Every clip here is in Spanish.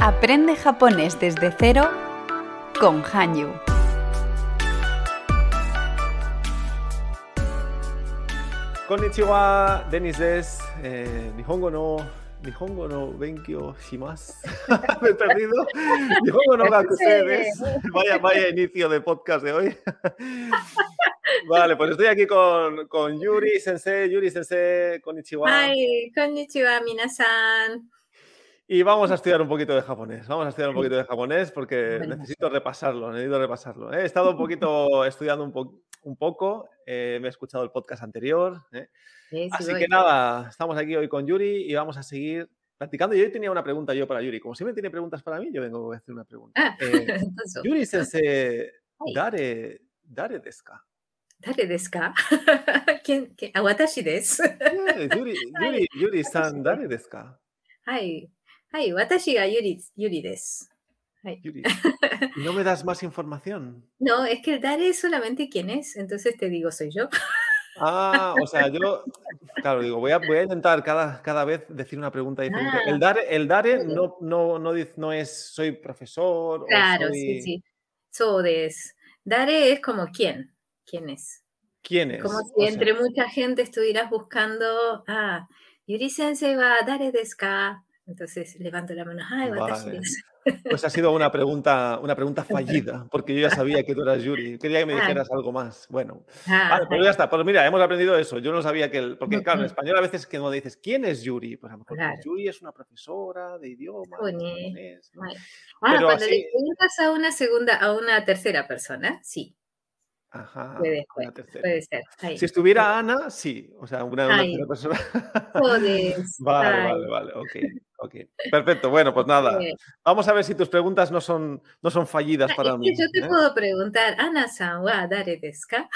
Aprende japonés desde cero con Hanyu. Konnichiwa, Denis des. Eh, Nihongo no... Nihongo no benkyo shimasu. Me he perdido. Nihongo no gakusei desu. Vaya, vaya inicio de podcast de hoy. Vale, pues estoy aquí con, con Yuri Sensei. Yuri Sensei, konnichiwa. Hi, konnichiwa, minasan. Y vamos a estudiar un poquito de japonés. Vamos a estudiar un poquito de japonés porque necesito repasarlo, necesito repasarlo. ¿eh? He estado un poquito estudiando un, po- un poco, eh, me he escuchado el podcast anterior. ¿eh? Sí, sí, Así voy. que nada, estamos aquí hoy con Yuri y vamos a seguir practicando. Yo tenía una pregunta yo para Yuri. Como siempre tiene preguntas para mí, yo vengo a hacer una pregunta. Ah, Eh, entonces, Yuri sensei, Ay. dare, dare desu ka? ¿Dare desu ka? ¿Quién, quién? Ah, watashi desu. Eh, Yuri, Yuri, Yuri san, dare desu ka? Hi. Hi, watashi ga Yuri, Yuri desu. Yuri, ¿y ¿no me das más información? No, es que el dare es solamente quién es, entonces te digo soy yo. Ah, o sea, yo, claro, digo, voy a, voy a intentar cada, cada vez decir una pregunta diferente. El dare, el dare muy no, no, no, diz- no es soy profesor. o Claro, soy- sí, sí. So desu. Dare es como quién. ¿Quién es? ¿Quién es? Como O si sea, entre mucha gente estuvieras buscando, ah, Yuri sensei va, dare desu ka? Entonces levanto la mano, ay, watashi Vale. desu. Pues ha sido una pregunta, una pregunta fallida, porque yo ya sabía que tú eras Yuri. Quería que me Ah. dijeras algo más. Bueno, Ah, vale, pues ya está. Pues mira, hemos aprendido eso. Yo no sabía que el. Porque, claro, en Ujú. español a veces que no dices quién es Yuri. Pues a lo mejor pues, Claro. Yuri es una profesora de idioma. Joder. japonés, ¿no? Vale. Ah, Pero cuando así- le preguntas a una segunda, a una tercera persona, sí, Ajá. Puede, una tercera. puede ser. Ahí. Si estuviera Ana, sí. O sea, una, una Ahí. tercera persona. Jodes, Vale, Pues, ay, vale, vale. Ok, ok. Perfecto. Bueno, pues nada. eh, Vamos a ver si tus preguntas no son, no son fallidas ah, para es mí. que yo te ¿eh? puedo preguntar, Ana-san wa dare desu ka?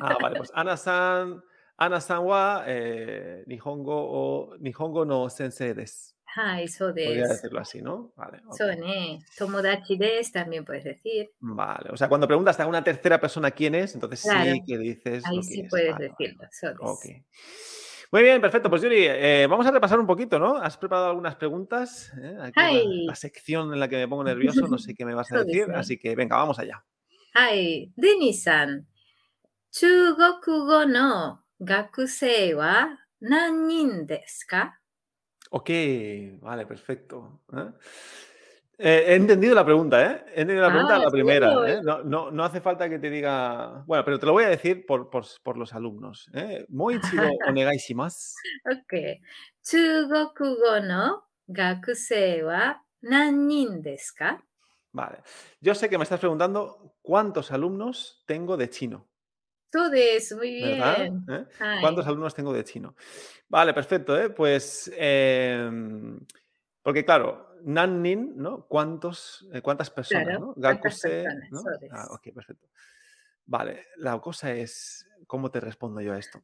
Ah, vale, pues Ana-san, Ana-san wa eh, Nihongo o Nihongo no sensei desu. Ay, so Podría desu. decirlo así, ¿no? Vale, ok. Pues. So ne, tomodachi desu también puedes decir. vale. O sea, cuando preguntas a una tercera persona quién es, entonces Claro. sí que dices. lo Ahí que sí es. puedes Vale, vale, decirlo. so desu. Ok. Muy bien, perfecto. Pues Yuri, eh, vamos a repasar un poquito, ¿no? Has preparado algunas preguntas. ¿eh? Aquí la- Ay. la sección en la que me pongo nervioso, no sé qué me vas a Eso decir, dice. así que venga, vamos allá. はい、デニさん、中国語の学生は何人ですか Ok, vale, perfecto. ¿eh? Eh, he entendido la pregunta, ¿eh? He entendido la Ah, pregunta a la ¿en primera. serio? ¿eh? No, no, no hace falta que te diga. Bueno, pero te lo voy a decir por, por, por los alumnos. ¿eh? Moichido onegaishimasu. ?OK。中国語の学生は何人ですか Vale. Yo sé que me estás preguntando cuántos alumnos tengo de chino, そうです。muy ¿verdad? bien. ¿Eh? はい ¿Cuántos alumnos tengo de chino? Vale, perfecto, ¿eh? Pues, eh, porque claro, Nanning, ¿no? ¿Cuántos, eh, ¿Cuántas personas, Claro, no? ¿cuántas Gakuse, personas? ¿no? Eso es. Ah, ok, perfecto. Vale, la cosa es, ¿cómo te respondo yo a esto?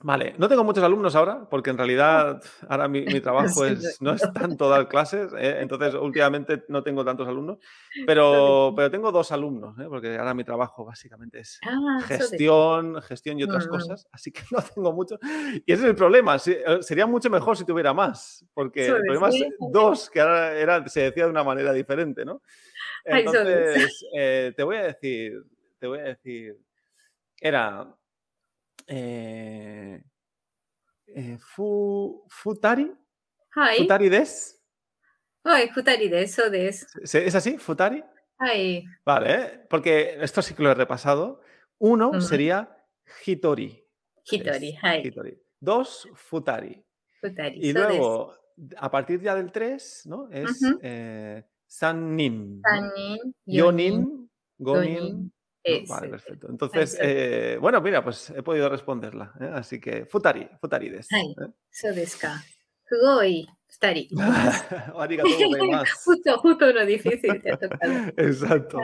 Vale, no tengo muchos alumnos ahora, porque en realidad ahora mi, mi trabajo Sí, es, lo no es tanto dar clases, ¿eh? entonces últimamente no tengo tantos alumnos, pero, pero tengo dos alumnos, ¿eh? porque ahora mi trabajo básicamente es, あー そうです。 gestión, gestión y otras Mm. cosas, así que no tengo mucho. Y ese es el problema, sí, eh, sería mucho mejor si tuviera más, porque el Sobre problema es sí. dos, que ahora era- se decía de una manera diferente, ¿no? Ay, sobre sí. Entonces, eh, te voy a decir, te voy a decir, era... eh, eh, fu, futari, はい。 futari des, はい、二人です。そうです。 ¿se- ¿es así? Futari. はい。 Vale, ¿eh? porque esto sí que lo he repasado. Uno Ujú. sería hitori. 一人。 Es はい。 Hitori. Dos, Futari. 二 Y 人。そうです。 luego, a partir ya del tres, ¿no? Es Ujú. eh, Sannin. ¿no? 三人。 Yonin, Gonin. Gonin, ¿no? えー Vale, そうです perfecto. Entonces, Exacto. eh, bueno, mira, pues he podido responderla. ¿eh? Así que Futari, Futarides. Ay. ¿eh? そうですか。すごい。二人。 Arigatou gozaimasu. justo, justo lo difícil te ha tocado. Exacto.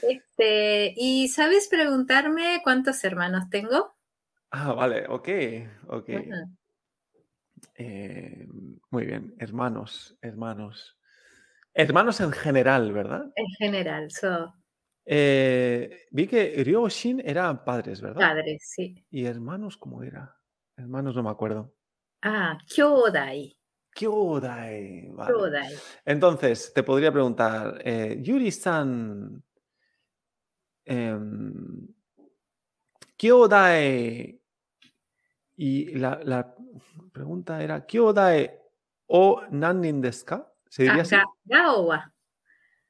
Este, ¿Y sabes preguntarme cuántos hermanos tengo? Ah, vale, ok, ok. Ujú. Eh, muy bien, hermanos, hermanos. Hermanos en general, ¿verdad? En general, son Eh, vi que Ryoshin eran padres, ¿verdad? padres, sí. ¿Y hermanos cómo era? Hermanos no me acuerdo. Ah, Kyodai. Kyodai. eh? Vale. 兄弟。 Entonces, te podría preguntar, eh, Yuri-san, em, Kyodai. Y la, la pregunta era, Kyodai o Nanin desu ka? ¿Se diría Ah, así? ga- Gao wa.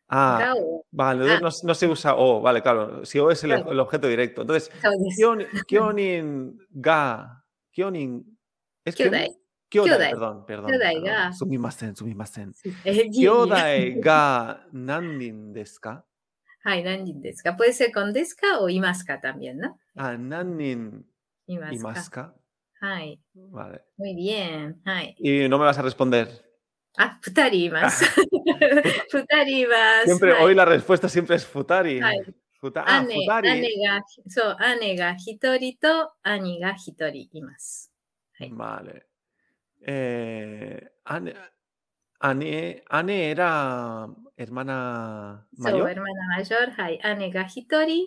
Ah, Gao wa. vale, entonces no, no se usa O, vale, claro. Si O es el, Claro. el objeto directo. Entonces, Eso es. Kyonin, Kyonin ga, Kyonin. ¿Es Kyonin? Kyodai. Kyodai, Kyodai. perdón, perdón. Kyodai perdón. ga. Sumimasen, sumimasen. Sí, eh, yin y yang. Kyodai ga nanin desu ka? Ay, nanjin desu ka. Puede ser con desu ka o imasu ka también, ¿no? Ah, nanin Imasu y ka. más ka. Ay, Vale. muy bien. Ay. Y no me vas a responder. Ah, futari imasu. futari imasu. Siempre, Ay. hoy la respuesta siempre es futari. Ay. Futa- ah, 姉 futari. 姉がそう姉が一人と兄が一人います。はい Vale. Eh, Ane, Ane- Ane era hermana そう、 mayor. エルマナマジョル、はい、姉が一人、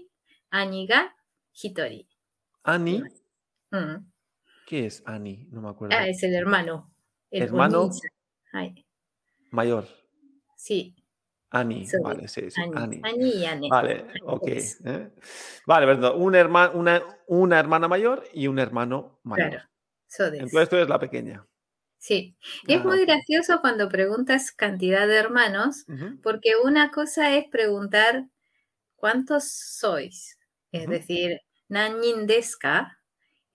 兄が一人。 Ani, うん。 ¿qué es Ani? No me acuerdo. あ、es Ah, el hermano. El Hermano. o ninja. はい。 Mayor. Sí, Ani, Soy vale, sí, sí, Ani. Ah, 兄。兄やね。 Vale, ok. es. ¿eh? Vale, perdón. Un herma- una, una hermana mayor y un hermano mayor. Claro. そうです。 Entonces tú eres la pequeña. sí. Y es Ah, muy ok. gracioso cuando preguntas cantidad de hermanos Ujú. Porque una cosa es preguntar cuántos sois, es Ujú. decir, nanjin desu ka.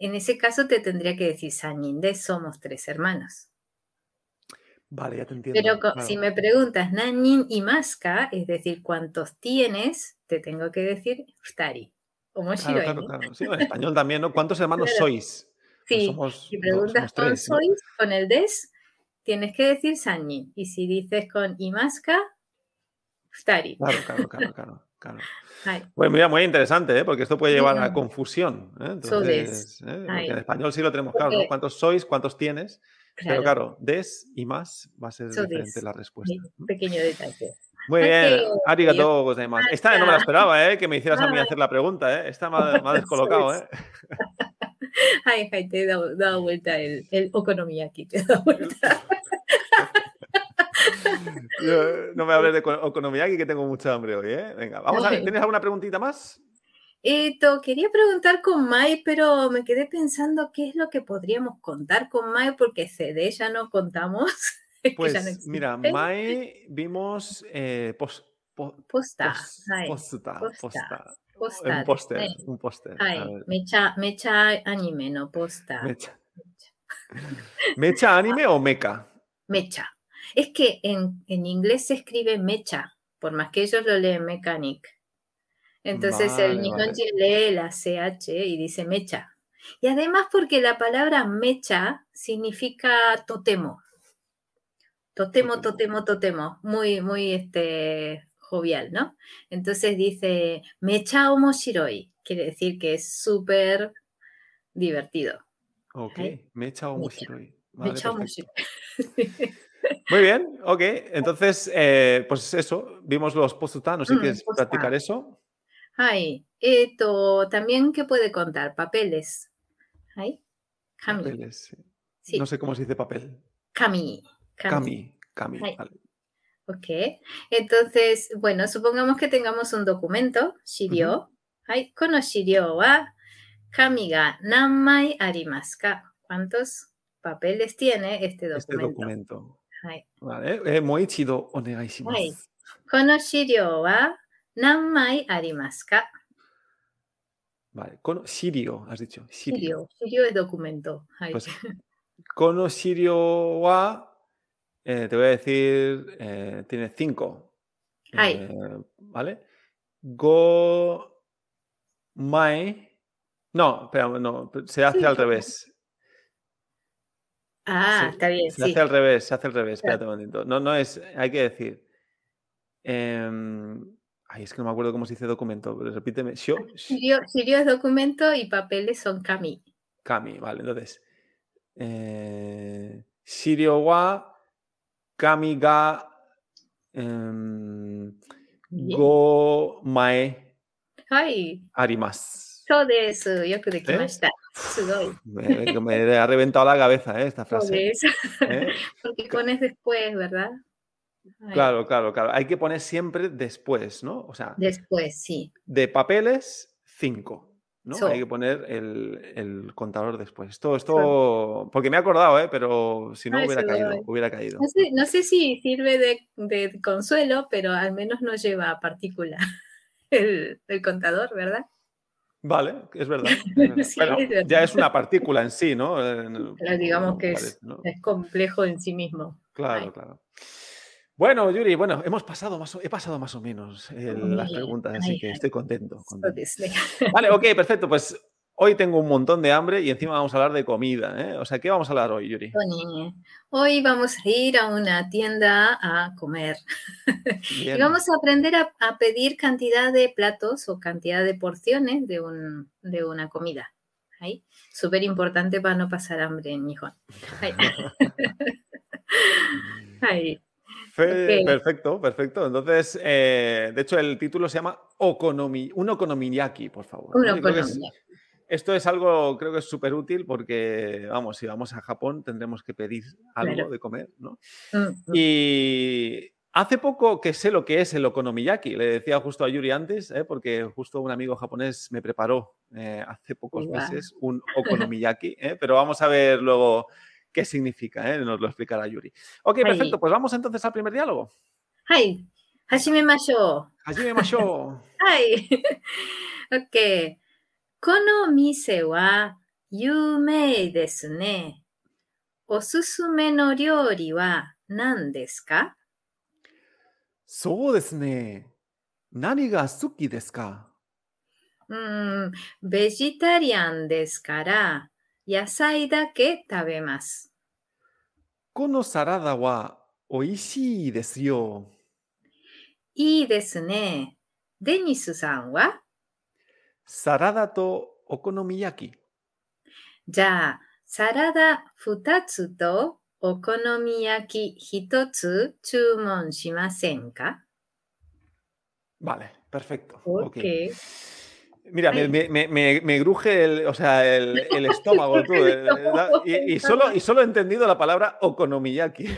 En ese caso te tendría que decir sanjin desu, somos tres hermanos. Vale, ya te entiendo. Pero co- claro. si me preguntas nanjin y más ka, es decir, cuántos tienes, te tengo que decir futari. O Claro, claro, claro. Sí, en español también, ¿no? ¿Cuántos hermanos Claro. sois? Pues Sí, somos, si no, somos preguntas con tres, ¿no? sois, con el des, tienes que decir sanjin. Y si dices con y más ka, futari. Claro, claro, claro, claro. claro. Ay. Pues mira, muy interesante, ¿eh? porque esto puede llevar a Mm. confusión. ¿eh? So Entonces, ¿eh? Porque Ay. en español sí lo tenemos claro, ¿no? Porque- ¿Cuántos sois? ¿Cuántos tienes? Pero Claro, claro, des y más va a ser So diferente des. la respuesta. ¿no? pequeño detalle. Muy Porque- bien, arigato gozaimasu. Esta no me la esperaba, ¿eh? que me hicieras a mí Ay. hacer la pregunta. ¿eh? Esta me ha, me ha descolocado. ¿eh? Ay, ay, te he dado, dado vuelta el, el okonomiyaki, te he dado vuelta. Yo- eh, no me hables de eco- okonomiyaki, que tengo mucha hambre hoy. ¿eh? Venga, vamos a ver. Ay. ¿Tienes alguna preguntita más? Eto, quería preguntar con Mai, pero me quedé pensando qué es lo que podríamos contar con Mai, porque CD ya no contamos. que ya no Pues existe. mira, Mae vimos eh, pos- po- Posta, pos- ay, pues, posta, eh, posta, posta, posta un póster, ですね un póster. a はい ver, めちゃ、めちゃアニメのポスター。 mecha. ¿Mecha anime o mecha? Mecha. Es que en, en inglés se escribe mecha, por más que ellos lo leen mechanic. Entonces el Vale, vale. Nikonji lee la CH y dice mecha. Y además porque la palabra mecha significa totemo. Totemo, totemo, totemo. Muy, muy este, jovial, ¿no? Entonces dice mecha omoshiroi. Quiere decir que es súper divertido. Ok, Ay. mecha o Mecha. mushiroi. Vale, mecha perfecto. omoshiroi. Muy bien, ok. Entonces, eh, pues eso, vimos los postuta, no sé si Mm, quieres posta. practicar eso. Ay, esto también que puede contar papeles. Ay, kami. Papeles, sí. Sí, No sé cómo se dice papel. kami, kami. Kami, kami. Ay. vale. Ok. Entonces, bueno, supongamos que tengamos un documento, shirio. Ay, kono shirio wa kami ga nanmai arimasu ka? ¿Cuántos papeles tiene este Este documento? documento. Ay. Vale, eh, moichido onegaishimasu. Ay. Kono shirio wa nanmai arimasu ka? Vale, con Sirio, has dicho. Sirio. Shirio. Shirio es documento. Ay. Pues, Kono Sirio wa, eh, te voy a decir, eh, tiene cinco. Ay. Eh, ¿Vale? Go Mae. No, espera, no, se hace Sí, al por favor. revés. ah, sí, está bien, Se sí. hace al revés, se hace al revés. Claro. Espérate un momentito. No, no es, hay que decir. em, ay, es que no me acuerdo cómo se dice documento, pero repíteme. Shio, shi- Sirio, sirio es documento y papeles son kami. Kami, vale, entonces. Eh, Sirio wa Kami ga em, Bien. go mae Ay, arimas. そうです。よくできました。すごい。 Me, me ha reventado la cabeza eh, esta frase. ¿Eh? Porque pones después, ¿verdad? Ay. Claro, claro, claro. Hay que poner siempre después, ¿no? O sea, después, sí. De papeles, cinco. ¿no? So. Hay que poner el, el, contador después. Esto, esto, porque me he acordado, ¿eh? pero si no, no hubiera, caído, hubiera caído. No sé, no sé si sirve de, de, consuelo, pero al menos no lleva partícula el, el contador, ¿verdad? Vale, es verdad. sí, bueno, es verdad. Ya es una partícula en sí, ¿no? Pero digamos que parece, es, ¿no? es, complejo en sí mismo. Claro, Ay. claro. Bueno, Yuri, bueno, hemos pasado más o, he pasado más o menos eh, las preguntas, así que estoy contento, contento, Vale, ok, perfecto. Pues hoy tengo un montón de hambre y encima vamos a hablar de comida. ¿eh? O sea, ¿qué vamos a hablar hoy, Yuri? Hoy vamos a ir a una tienda a comer. Bien. y vamos a aprender a, a, pedir cantidad de platos o cantidad de porciones de, un, de una comida. ¿Ahí? Súper importante para no pasar hambre en Gijón. Ahí. Ahí. Okay. Perfecto, perfecto. Entonces, eh, de hecho, el título se llama Okonomi, un okonomiyaki, por favor. Un okonomiyaki. Es, esto es algo, creo que es súper útil porque, vamos, si vamos a Japón tendremos que pedir algo claro. de comer, ¿no? Mm -hmm. Y hace poco que sé lo que es el okonomiyaki, le decía justo a Yuri antes, ¿eh? porque justo un amigo japonés me preparó eh, hace pocos wow. meses un okonomiyaki, ¿eh? pero vamos a ver luego qué significa, ¿eh? nos lo explicará Yuri. Ok, perfecto, pues vamos entonces al primer diálogo. Hi, hajime masho. Hajime masho. Hi. ok. Kono mise wa yumei desu ne. Osusume no ryori wa nan desu ka? そうですね。何が好きですかうん、ベジタリアンですから、野菜だけ食べます。このサラダは美味しいですよ。いいですね。デニスさんはサラダとお好み焼き。じゃあ、サラダ2つとお好み焼き1つ注文しませんか Vale, perfecto. Okay. Okay. Mira, me, me, me, me, gruje el, o sea, el, el estómago. Tú, el, y, y, solo, y solo he entendido la palabra okonomiyaki.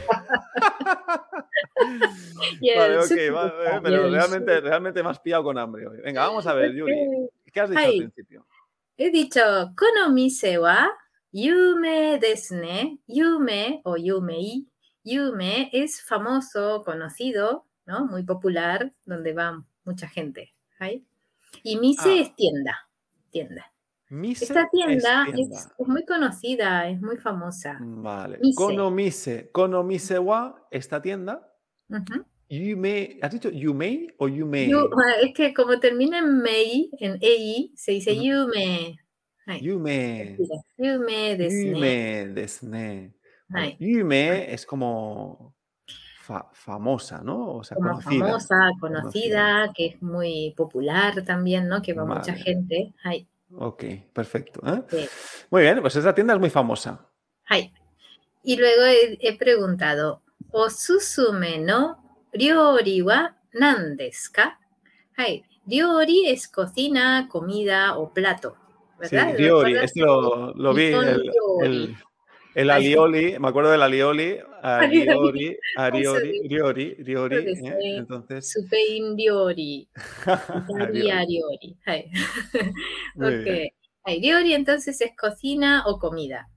vale, ok, vale, pero realmente, realmente me has pillado con hambre hoy. Venga, vamos a ver, Yuri. ¿Qué has dicho al principio? He dicho, konomise wa yume desu ne. Yume o yumei. Yume es famoso, conocido, ¿no? Muy popular, donde va mucha gente. ¿Hay? Y Mise ah. es tienda. tienda. Mise Esta tienda es, tienda. Es, es, muy conocida, es muy famosa. Vale. Mise. Kono Mise. Kono Mise wa, esta tienda. Uh -huh. Yume, ¿has dicho Yumei o Yumei? Yu, ah, es que como termina en Mei, en EI, se dice uh -huh. Yume. Ay. Yume. Yume desne. Yume desne. Ay. Yume Ay. es como Fa famosa, ¿no? O sea, Como conocida. Famosa, conocida, conocida, que es muy popular también, ¿no? Que va vale. mucha gente. Ay. Ok, perfecto. ¿eh? Sí. Muy bien, pues esa tienda es muy famosa. Ay. Y luego he, he preguntado, ¿Osusume no ryori wa nan desu ka? Ay. Ryori es cocina, comida o plato, ¿verdad? Sí, ryori, esto lo, lo vi el, el alioli, me acuerdo del alioli, alioli, arioli, riori, riori. ¿eh? Entonces. Supein riori. arioli. ok. Riori entonces es cocina o comida.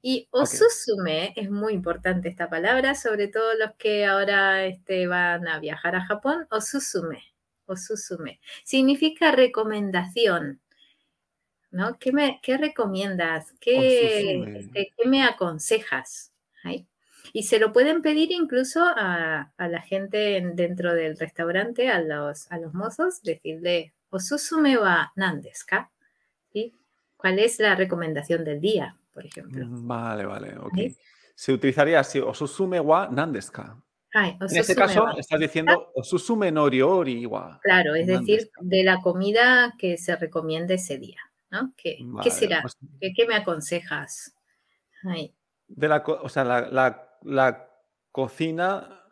Y osusume okay. es muy importante esta palabra, sobre todo los que ahora este, van a viajar a Japón. Osusume. Osusume. Significa recomendación. ¿no? ¿Qué, me, ¿Qué, recomiendas? ¿Qué, este, ¿qué me aconsejas? Ahí. Y se lo pueden pedir incluso a, a la gente en, dentro del restaurante, a los, a los mozos, decirle, Osusume wa nandeska. ¿Sí? ¿Cuál es la recomendación del día, por Mm. ejemplo? Vale, vale, ok. ¿Sí? Se utilizaría así, Osusume wa nandeska. Ay, en este caso va. estás diciendo Osusume no ryori wa. Claro, es nandeska. decir, de la comida que se recomienda ese día. ¿no? ¿Qué, vale, ¿Qué, será? Pues, ¿Qué, ¿Qué, me aconsejas? Ay. De la, o sea, la, la, la, cocina,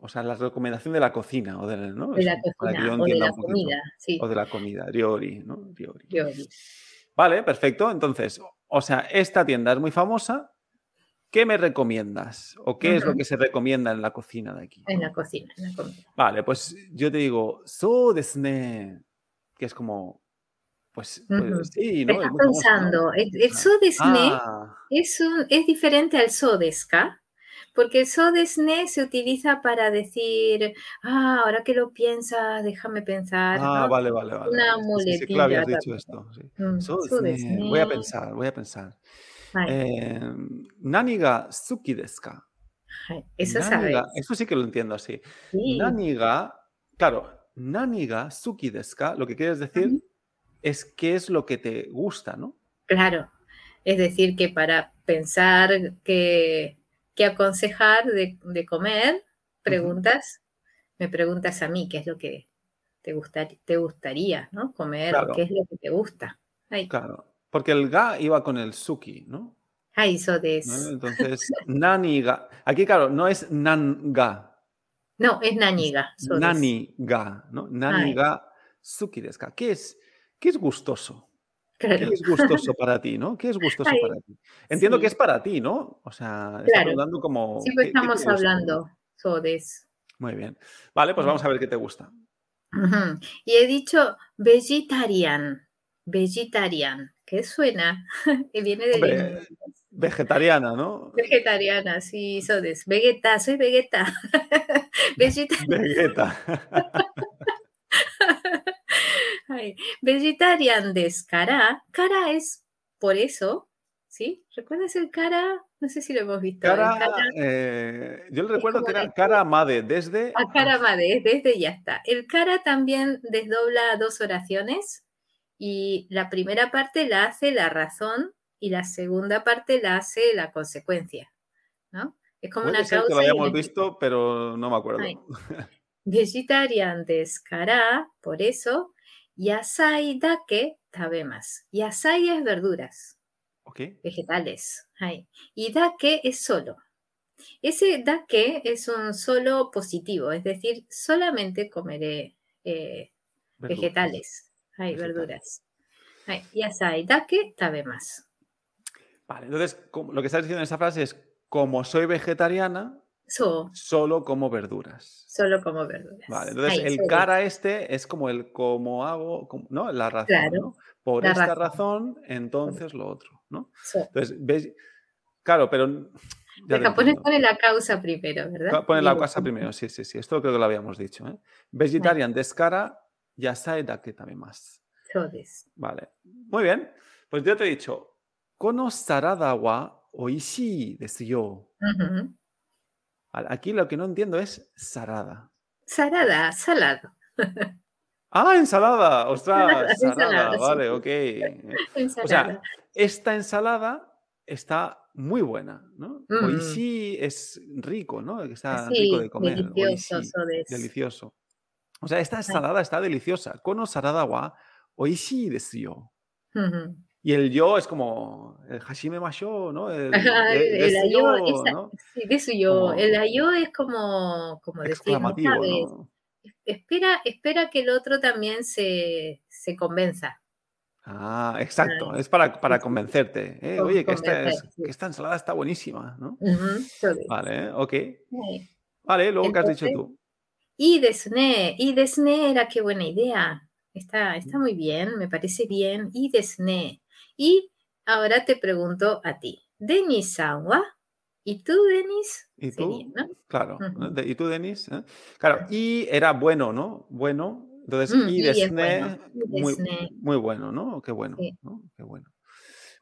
o sea, la recomendación de la cocina, o de, ¿no? de la cocina, o de la comida, sí. O de la comida, Riori, ¿no? Riori. Riori. Vale, perfecto. Entonces, o sea, esta tienda es muy famosa. ¿Qué me recomiendas? ¿O qué es lo que se recomienda en la cocina de aquí? En la cocina, en la comida. Vale, pues yo te digo, so desne, que es como, pues, pues Ujú. sí, ¿no? Estás Es muy famoso, ¿no? pensando, el, el sodesne Ah, es, un- es diferente al sodesca, porque el sodesne se utiliza para decir, ah, ahora que lo piensas, déjame pensar. ah, ¿no? vale, vale, vale. Una vale. Sí, sí, claro, habías muletilla dicho esto. sí. Mm, So so desne, desne. Voy a pensar, voy a pensar. Ay, Eh, nani ga suki desu ka? ay, eso Nani sabes. ga- Eso sí que lo entiendo así. sí. Nani ga, claro, nani ga suki desu ka, lo que quieres decir Ujú. es qué es lo que te gusta, ¿no? Claro, es decir, que para pensar qué, qué aconsejar de, de comer, preguntas, me preguntas a mí qué es lo que te, gusta, te gustaría ¿no? comer Claro. o qué es lo que te gusta. Ay, Claro, porque el ga iba con el suki, ¿no? ay, eso de... ¿No? Entonces, nani ga. Aquí, claro, no es nan ga, No, es naniga. so des. nani ga, ¿no? Nani Ay. ga suki desu ka. ¿Qué es, qué es gustoso? ¿Qué Claro, es gustoso para ti, no? ¿Qué es gustoso Ay, para ti? Entiendo que es sí. para ti, ¿no? O sea, está Claro. preguntando como. siempre ¿qué- qué te estamos gusta? hablando sodes. Muy bien. Vale, pues vamos a ver qué te gusta. Ujú. Y he dicho vegetarian, vegetarian, ¿qué suena? Que viene del Hombre, inglés. Vegetariana, ¿no? Vegetariana, sí, sodes. Vegeta, soy vegeta. Vegeta- Vegeta. ay, Vegetarian descara. Cara es por eso, ¿sí? ¿Recuerdas el cara? No sé si lo hemos visto. el Cara, eh, yo le recuerdo como que de- era cara amade desde. A cara madre, desde ya está. El cara también desdobla dos oraciones y la primera parte la hace la razón y la segunda parte la hace la consecuencia, ¿no? Es como Puede una ser causa que lo y hayamos el efecto. visto, pero no me acuerdo. Ay. Vegetarian descará, por eso, yasai dake tabemas. Yasai es verduras, Ok. vegetales. ay. Y dake es solo. Ese dake es un solo positivo, es decir, solamente comeré eh, verduras. vegetales, ay, Vegetales. verduras. Ay, yasai dake tabemas. Vale, entonces como- lo que estás diciendo en esta frase es: como soy vegetariana, So, solo como verduras. solo como verduras. Vale, entonces Ay, el solo. cara este es como el como hago, como- ¿no? La razón, Claro, ¿no? Por la esta razón. entonces lo otro, ¿no? So. Entonces, ves, claro, pero ya El te japonés entiendo. pone la causa primero, ¿verdad? Ca- Pone la Y- casa primero, sí, sí, sí. Esto creo que lo habíamos dicho. ¿eh? Vegetarian descara, yasai dake más. so des. Vale. Muy bien. Pues yo te he dicho, kono sarada wa oishii desu yo. Ujú. Vale, Aquí lo que no entiendo es sarada. Sarada, salado. Ah, ensalada. Ostras, Ensalada, sarada. ensalada, sí, Vale, sí. ok. O sea, Ensalada. esta ensalada está muy buena, ¿no? Mm. Oishii es rico, ¿no? Está Así, ah, rico de comer. delicioso, oishii. sodes. Delicioso. O sea, esta ensalada está deliciosa. Kono sarada wa oishii desu yo. Ujú. Y el yo es como el hashime masho, ¿no? El, Ajá, de- el desu ayo, yo, esa- ¿no? sí, de eso yo. Como- El ayo es como, como decir, no Exclamativo, sabes. ¿no? Espera, espera que el otro también se, se convenza. Ah, exacto. Es para, para sí. convencerte. ¿eh? Con- Oye, que esta, es- convencer, sí. que esta ensalada está buenísima, ¿no? Ujú, sodes. Vale, ok. Ay. Vale, luego que has dicho Entonces, tú. Y desne, y desne era qué buena idea. Está, está muy bien, me parece bien. Y desne. Y ahora te pregunto a ti. Denis Agua. ¿Y tú, Denis? ¿Y Sería, tú? ¿no? Claro. ¿no? Ujú. De- ¿Y tú, Denis? ¿Eh? Claro, y era bueno, ¿no? Bueno. Entonces, Mm, y y de es bueno, Sne, y de muy, Sne. muy bueno, ¿no? Qué bueno, Sí. ¿no? Qué bueno.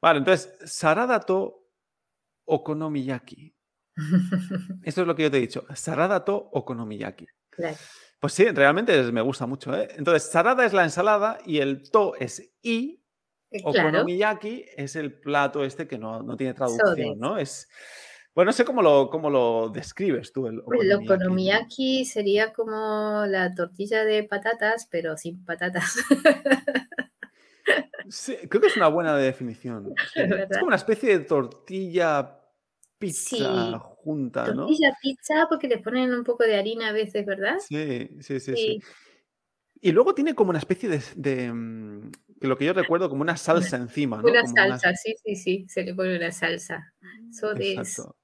Vale, entonces, Saradato Okonomiyaki. Esto es lo que yo te he dicho. Saradato Okonomiyaki. Claro. Pues sí, realmente es- me gusta mucho, ¿eh? Entonces, Sarada es la ensalada y el to es i. Eh, Claro, Okonomiyaki es el plato este que no, no tiene Sodes. traducción, ¿no? Es. Bueno, no sé cómo lo, cómo lo describes tú, el Pues, el okonomiyaki, ¿no? okonomiyaki sería como la tortilla de patatas, pero sin patatas. Sí, creo que es una buena definición. sí. Es ¿Verdad? como una especie de tortilla pizza Sí, junta, Ah, ¿no? tortilla pizza porque le ponen un poco de harina a veces, ¿verdad? Sí, sí, sí, sí. Sí, Y luego tiene como una especie de, de, mm, que lo que yo recuerdo como una salsa encima, Ah, ¿no? Una Como una- salsa, sí, sí, sí, se le pone una salsa. So this. Exacto.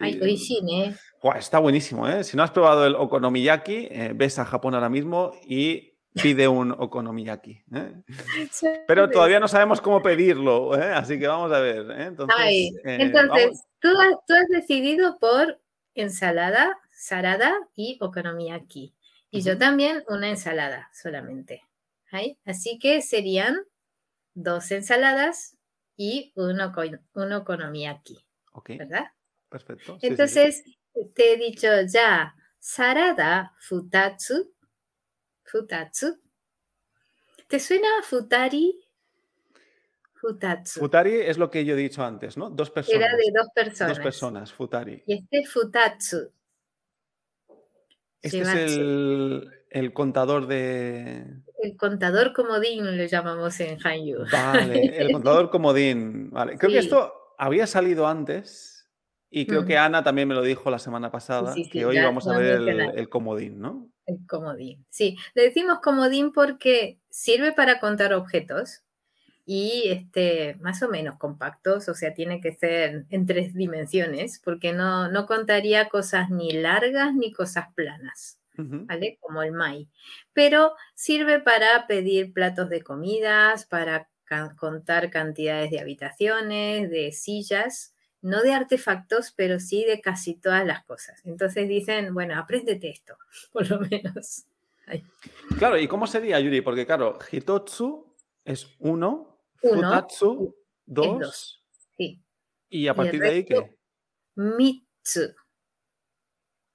Ay, Y- oishin, ¿eh? Buah, está buenísimo, ¿eh? Si no has probado el okonomiyaki, eh, ves a Japón ahora mismo y pide un okonomiyaki. ¿eh? Pero todavía no sabemos cómo pedirlo, ¿eh? así que vamos a ver. ¿eh? Entonces, Ay, eh, Entonces, vamos- tú has, tú has decidido por ensalada, sarada y okonomiyaki. Y yo Ujú. también una ensalada solamente. Ay, Así que serían dos ensaladas y un, oko- un okonomiyaki, ok, ¿verdad? perfecto. sí, sí, sí. Entonces, te he dicho ya, sarada futatsu. Futatsu. ¿Te suena futari? Futatsu. Futari es lo que yo he dicho antes, ¿no? Dos personas. Era de dos personas. Dos personas, futari. Y este es futatsu. Este es Shimatsu. el, el contador de. El contador comodín le llamamos en Hanyu. Vale, el contador comodín. Vale, creo que Sí. esto había salido antes y creo que Ujú. Ana también me lo dijo la semana pasada, sí, que sí, hoy ya vamos a lo han ver el, mencionado. el comodín, ¿no? El comodín. Sí, le decimos comodín porque sirve para contar objetos y este, más o menos compactos, o sea, tiene que ser en tres dimensiones porque no, no contaría cosas ni largas ni cosas planas, Ujú. ¿vale? Como el mai. Pero sirve para pedir platos de comidas, para ca- contar cantidades de habitaciones, de sillas. No de artefactos, pero sí de casi todas las cosas. Entonces dicen, bueno, apréndete esto, por lo menos. Claro, ¿y cómo sería, Yuri? Porque, claro, hitotsu es uno, Uno, futatsu dos, dos. Sí. y a el partir de ahí, resto, ¿qué? Mitsu.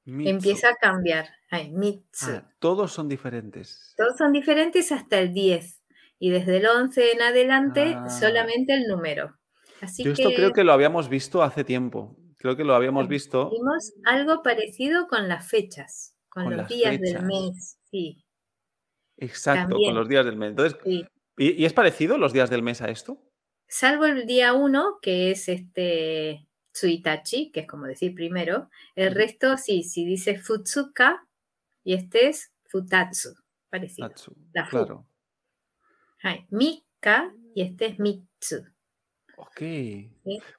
Mitsu. Empieza a cambiar. Ay, mitsu. Ah, todos son diferentes. Todos son diferentes hasta el 10. Y desde el 11 en adelante, Ah. solamente el número. Así Yo esto que, creo que lo habíamos visto hace tiempo. Creo que lo habíamos Sí. visto. vimos algo parecido con las fechas, con, Con los las días fechas. del mes. Sí, Exacto, También. con los días del mes. Entonces, sí. ¿y, y es parecido los días del mes a esto? Salvo el día 1, que es este Tsuitachi, que es como decir primero. El Ujú. resto, sí, si dice Futsuka, y este es Futatsu. Parecido. Tatsu, la fu. Ah, claro. Ay, Mika y este es Mitsu. Ok.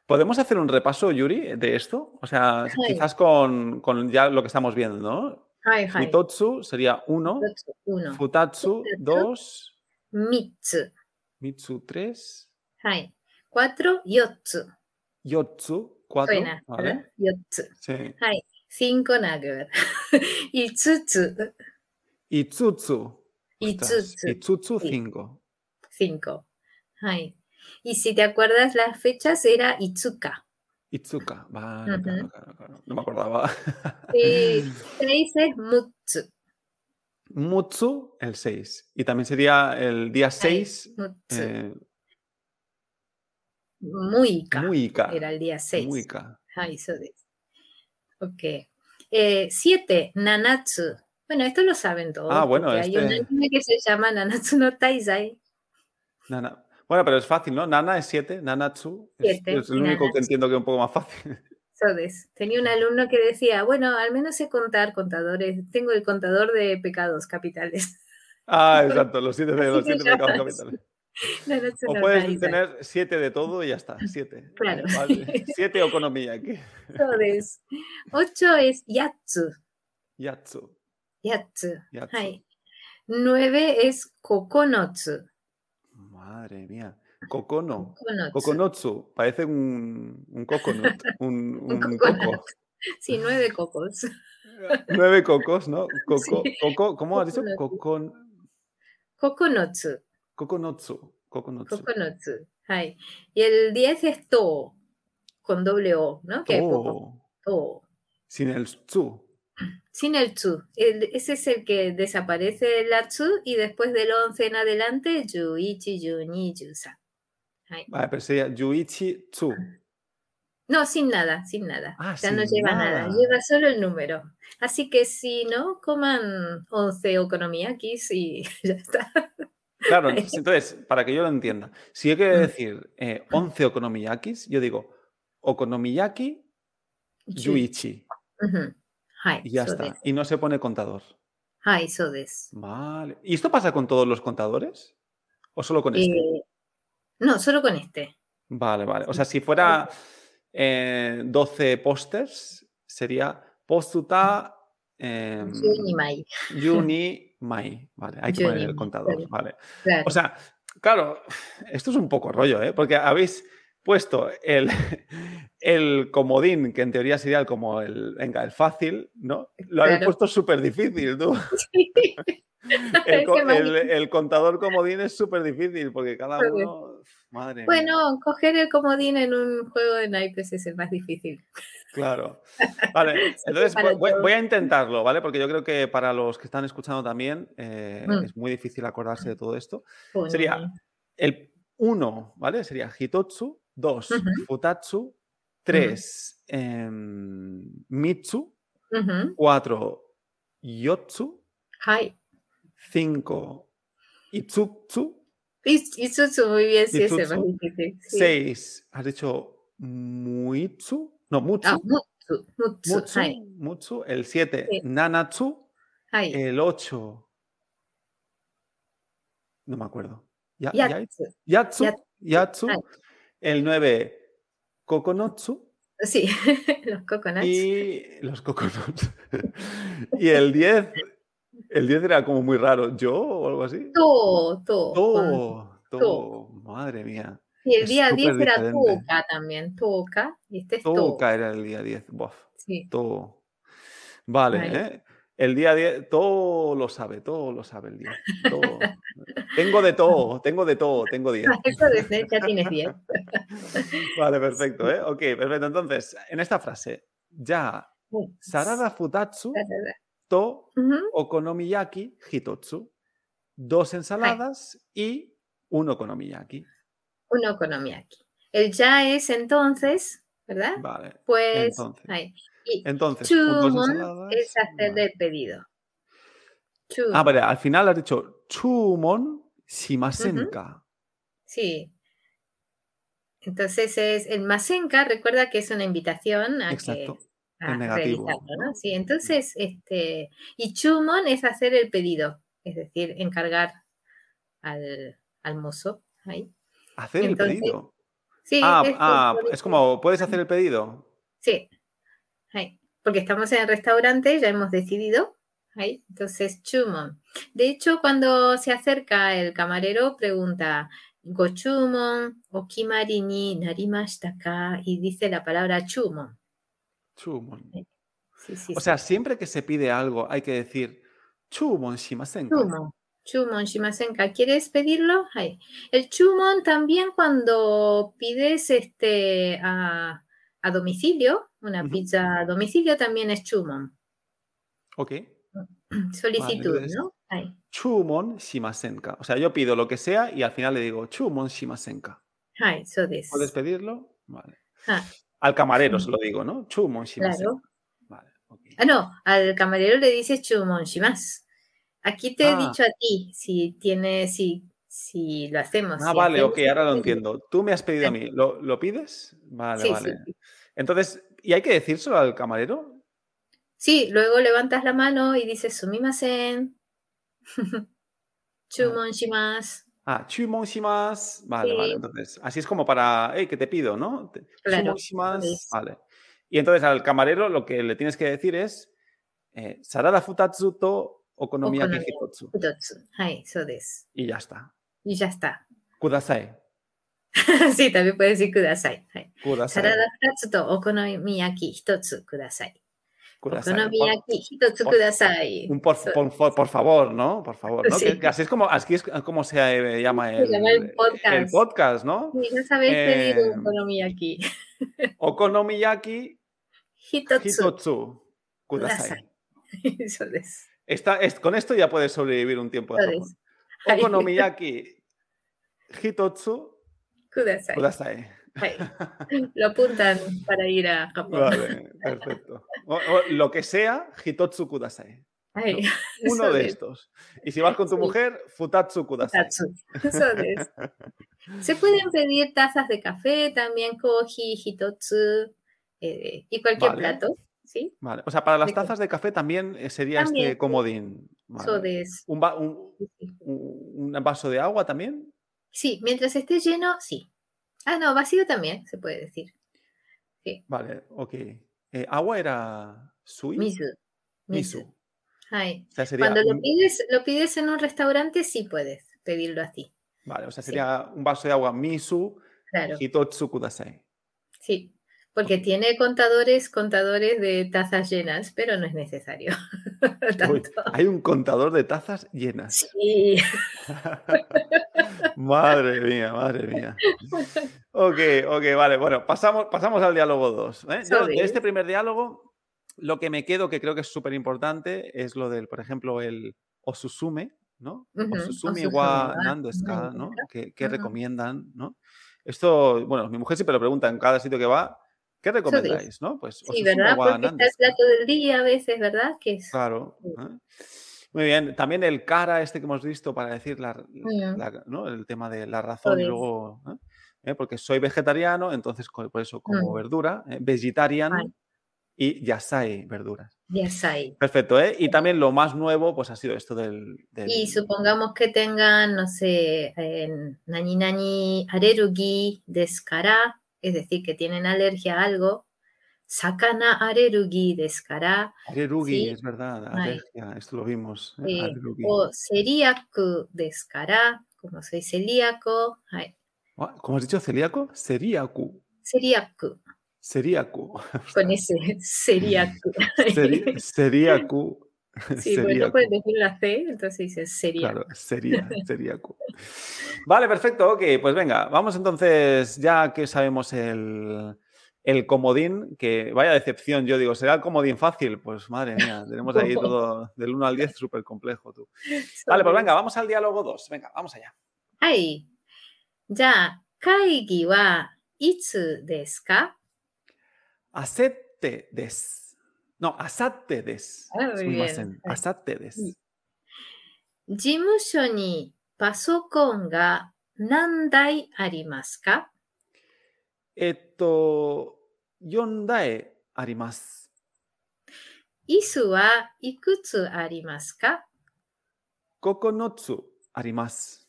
¿Podemos hacer un repaso, Yuri, de esto? O sea, quizás con, con ya lo que estamos viendo, ¿no? Hai, hai. Hitotsu sería uno, Mitsu, Uno. Futatsu Futatsu. 2, Mitsu. Mitsu 3, Hai. Cuatro, Yotsu. Yotsu 4. Suena, ¿verdad? Yotsu. Sí. Cinco, nada que ver. y Tsutsu. Y Tsutsu. Y Ostras, Tsutsu. Y Tsutsu Sí. 5. Cinco. Hai. Y si te acuerdas las fechas, era Itsuka. Itsuka. Vale, Ujú. claro, claro, claro. No me acordaba. Ah. Y seis es Mutsu. Mutsu, el 6. Y también sería el día 6, Mutsu. eh, Muika. Muika. Era el día seis. Muika. Ay, eso de- Ok. Eh, siete, Nanatsu. Bueno, esto lo saben todos. Ah, bueno, porque hay un este- anime que se llama Nanatsu no Taizai. Nana. Bueno, pero es fácil, ¿no? Nana es 7, Nanatsu. Es, Siete, es el único Nanatsu. que entiendo que es un poco más fácil. So des. Tenía un alumno que decía, bueno, al menos sé contar contadores. Tengo el contador de pecados capitales. Ah, exacto, los 7 de Así los se 7 pecados llama, capitales. Nanatsu O no puedes Taizai. tener 7 de todo y ya está, 7. Claro. 7 economía aquí. So des. Ocho es Yatsu. Yatsu. Yatsu. yatsu. Ay. Nueve es Kokonotsu. Madre mía. Kokono. Kokonotsu. Kokonotsu. Parece un, un coconut. Un, Un un coconut. coco. Sí, nueve cocos. Nueve cocos, ¿no? Coco, Sí. coco, ¿cómo has dicho? Coconut. Cocon, Kokonotsu. coconotsu. Coconotsu. Kokonotsu. Ay. Y el 10 es to, con doble O, ¿no? Que hay poco. Oh, To. sin el tsu. Sin el tsu. El- ese es el que desaparece el atsu y después del 11 en adelante, yuichi, yuni, yusa. Ay. Vale, pero sería Yuichi Tsu. No, sin nada, sin nada. Ah, ya no sin lleva nada. nada. lleva solo el número. Así que si no, coman 11 okonomiyakis y ya está. Claro, entonces, entonces, para que yo lo entienda, si yo Mm. quiero decir eh, 11 okonomiyakis, yo digo okonomiyaki yuichi Ujú. Ay, y ya so está. des. Y no se pone contador. Ay, so des. Vale. ¿Y esto pasa con todos los contadores? ¿O solo con este? Eh, no, solo con este. Vale, vale. O sea, si fuera eh, 12 pósters, sería postuta eh, Yuni Mai, Yuni Mai. Vale, hay que Yuni poner el Mai, contador. vale. Vale. claro. O sea, claro, esto es un poco rollo, ¿eh? Porque habéis puesto el, el comodín, que en teoría sería el como el, venga, el fácil, ¿no? Lo habéis Claro. puesto súper difícil, tú. Qué El, co- mal. el- el contador comodín es súper difícil porque cada Porque- uno. Madre mía, bueno, coger el comodín en un juego de naipes es el más difícil. Claro. Vale, entonces para voy- voy, todo. voy a intentarlo, ¿vale? Porque yo creo que para los que están escuchando también eh, Mm. es muy difícil acordarse de todo esto. Bueno, Sería- El 1, ¿vale? Sería Hitotsu. 2, Ujú. Futatsu. 3, Mitsu. ujú, 4, Yotsu. Hi. 5, Itsutsu. Is- Itsutsu, muy bien, sí, es el más Itsutsu. difícil. sí. 6, has dicho Muitsu. No, Mutsu. Ah, Mutsu, Mutsu, Mutsu, hi, Mutsu. El 7, Sí. Nanatsu. hi. El 8. No me acuerdo. Ya- ya- Yatsu, yatsu. Yatsu. Yatsu. Ah. El 9. Kokonotsu. Sí, los coconuts. Y los coconuts. y el 10. El 10 era como muy raro. ¿Yo o algo así? To, to. con- Todo. Todo. Madre mía. Y el es día 10 súper era diferente. toca también, toca. Y este es Todo toca. era el día 10. Bof. Sí, Todo. Vale, Vale. ¿eh? El día 10, todo lo sabe, todo lo sabe el día. Todo. tengo de todo, tengo de todo, tengo 10. Ah, eso de ser, ya tienes 10. Vale, perfecto, ¿eh? Ok, perfecto. Entonces, en esta frase, ya, sarada futatsu, to Ujú, okonomiyaki hitotsu. Dos ensaladas y un okonomiyaki. Un okonomiyaki. El ya es entonces, ¿verdad? Vale. Pues. entonces. Ah, ahí. Y Entonces, un- dos chumon ensaladas. es hacer vale. el pedido. Chu- Ah, vale, al final has dicho chumon shimasenka. Sí. Entonces es el masenka, recuerda que es una invitación a Exacto. que a en negativo, Mm. realizarlo, ¿no? ¿no? Sí, entonces, este, y chumon es hacer el pedido, es decir, encargar al, al mozo. Ahí. Hacer Entonces, el pedido. Sí, ah, es, ah, por es eso- como, ¿puedes hacer el pedido? Sí, ahí, porque estamos en el restaurante, ya hemos decidido. Ahí, entonces, chumon. De hecho, cuando se acerca el camarero, pregunta, gochumon o kimari ni narimashita ka? Y dice la palabra chumon. Chumon. Sí, sí, O sí. sea, siempre que se pide algo hay que decir chumon shimasenka. Chumon. Chumon shimasenka. ¿Quieres pedirlo? Ahí. El chumon también cuando pides este a, a domicilio, una Ujú. pizza a domicilio también es chumon. Ok. Solicitud, entonces- ¿no? Ahí. Chumon shimasenka. O sea, yo pido lo que sea y al final le digo chumon shimasenka. Ahí, so this. ¿Puedes pedirlo? Vale. Ah. Al camarero se lo digo, ¿no? Chumon shimasenka. Claro. Vale. ok. Ah, no, al camarero le dices chumon shimas. Aquí te he Ah. dicho a ti si tiene, si, si lo hacemos. Ah, si vale, hacemos ok, el ahora lo pedido. entiendo. Tú me has pedido a mí. ¿Lo, lo pides? Vale, Sí, sí, vale. sí. Entonces, ¿y hay que decírselo al camarero? Sí, luego levantas la mano y dices sumimasen. Chumon shimas. Ah, chumon shimas. Vale, vale. Sí. Entonces, así es como para, hey, que te pido, ¿no? Te- Claro, "Chumon shimasu", es. Vale. Y entonces al camarero lo que le tienes que decir es, eh, sarada futatsu to okonomiyaki Okonomiyaki. hitotsu. Hitotsu. Ahí, so this. Y ya está. Y ya está. Kudasai. sí, también puedes decir kudasai. Ahí. Kudasai. Sarada futatsu to okonomiyaki hitotsu kudasai. kudasai. Okonomiyaki hitotsu por- kudasai. Un por, So- por, por- por favor, ¿no? Por favor, ¿no? Sí. Que- que así es como, así es como se eh, llama Se el, llama el podcast. el podcast, ¿no? Sí, ya sabéis pedir Eh, okonomiyaki. Okonomiyaki Hitotsu. hitotsu. Kudasai. Kudasai. Eso es. Está, es- con esto ya puedes sobrevivir un tiempo de Puedes. Japón. Okonomiyaki, hitotsu, Kudasai. kudasai. Ahí. Lo apuntan para ir a Japón. Vale, perfecto. O- o lo que sea, hitotsu kudasai. Ahí. Uno Eso de es. estos. Y si vas con tu Sí. mujer, futatsu kudasai. Tatsu. Eso es. Se pueden pedir tazas de café, también koji, hitotsu eh, y cualquier Vale. plato. ¿sí? Vale. O sea, para las De co- tazas de café también eh, sería También, este sí. comodín. Vale. Eso es. Un, va- un- un- un vaso de agua también. Sí, mientras esté lleno, sí. Ah, no, vacío también se puede decir. Vale, ok. Eh, agua era sui. Misu. Misu. Misu. Ay. O sea, sería Cuando lo un- pides, lo pides en un restaurante, sí puedes pedirlo así. Vale, o sea, Sí. sería un vaso de agua misu Claro, hitotsu kudasai. sí. Porque tiene contadores, contadores de tazas llenas, pero no es necesario. Uy, Tanto. hay un contador de tazas llenas. Sí. madre mía, madre mía. Ok, ok, vale. Bueno, pasamos, pasamos al diálogo 2. Sorry. de este primer diálogo, lo que me quedo, que creo que es súper importante, es lo del, por ejemplo, el osusume, ¿no? Ujú, Ah, Osusume osusume wa wa nando ska, nando ¿no? ska. ¿Qué, qué Ujú. recomiendan, no? Esto, bueno, mi mujer siempre lo pregunta en cada sitio que va, ¿qué recomendáis, no? Pues Sí, osusume ¿verdad? wa Porque nando está el ska. plato del día a veces, ¿verdad? Que es. Claro. Sí. ¿eh? Muy bien. También el cara este que hemos visto para decir la, Mm. la- ¿no? el tema de la razón y Joder. luego... ¿eh? ¿Eh? Porque soy vegetariano, entonces co- por eso como Mm. verdura, ¿eh? vegetarian Vale. y yasai, verduras. Yasai. Perfecto, ¿eh? Y también lo más nuevo pues ha sido esto del... del- Y supongamos que tengan, no sé, en nani nani arerugi descará, es decir, que tienen alergia a algo. Sakana arerugi descará arerugi, sí. es verdad, Ay. alergia, esto lo vimos. ¿eh? Sí. arerugi. o seriaku descará, como soy celíaco. ay, Ah, ¿Cómo has dicho? ¿Celíaco? Seríacu. Seriaku, Seríacu. con ese seriaku. Seri- Seríacu. Sí, pues no pueden decir la C, entonces dices seriaku. Claro, sería, sería cu- Vale, perfecto, ok, pues venga, vamos entonces, ya que sabemos el, el comodín, que vaya decepción, yo digo, ¿será el comodín fácil? Pues madre mía, tenemos ahí todo del 1 al 10 súper complejo tú. Vale, pues venga, vamos al diálogo 2, venga, vamos allá. はい。じゃあ、会議はいつですか Asete des. No, asate des. Ah, muy Sumimasen, bien. asate des. 事務所にパソコンが何台ありますか Esto, yondae arimas. 椅子はいくつありますか Kokonotsu arimas.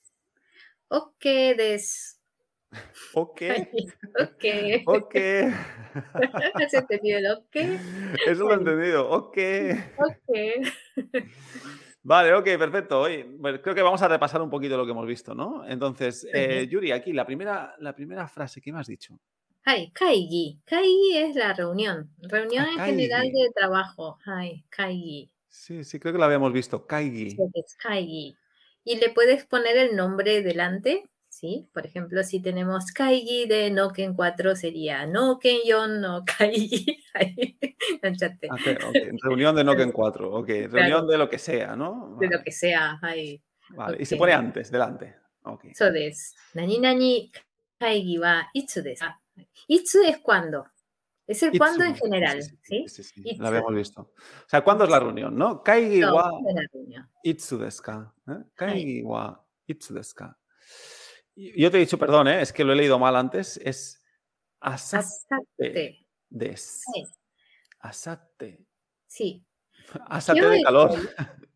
?OK です。 Ok. はい、OK。 Ok. ¿Has entendido el OK? Eso lo he entendido. Ok. OK. Vale, ok, perfecto. Oye, bueno, creo que vamos a repasar un poquito lo que hemos visto, ¿no? Entonces, eh, Ujú. Yuri, aquí la primera, la primera frase que me has dicho. はい、会議。会議 es la reunión. Ah, Reunión en general 会議。 de trabajo. はい、会議。 Sí, sí, creo que la habíamos visto. Kaigi. Creo que es Kaigi. Y le puedes poner el nombre delante, ¿sí? Por ejemplo, si tenemos Kaigi de Noken 4 sería Noken 4 no Kaigi. Ahí, enganchate. Ah, ok, ok, Reunión de Noken 4. Ok, reunión Claro. de lo que sea, ¿no? De Vale, lo que sea, ahí. vale. Y se ok. pone antes, delante. Ok. Eso es. Nani nani Kaigi wa itsu desu ka? Itsu es cuando. Es el cuando en Itsu. Sí, general, sí, ¿sí? sí, sí, Itsu. La habíamos visto. O sea, ¿cuándo es la reunión, no? Kaigi No, wa de la reunión. Itsu desu ka? ¿eh? Kaigi wa itsu desu ka? Y- Yo te he dicho, perdón, ¿eh? es que lo he leído mal antes. Es asate Asate. des. Sí. Asate. Sí. Asate Yo de he- calor.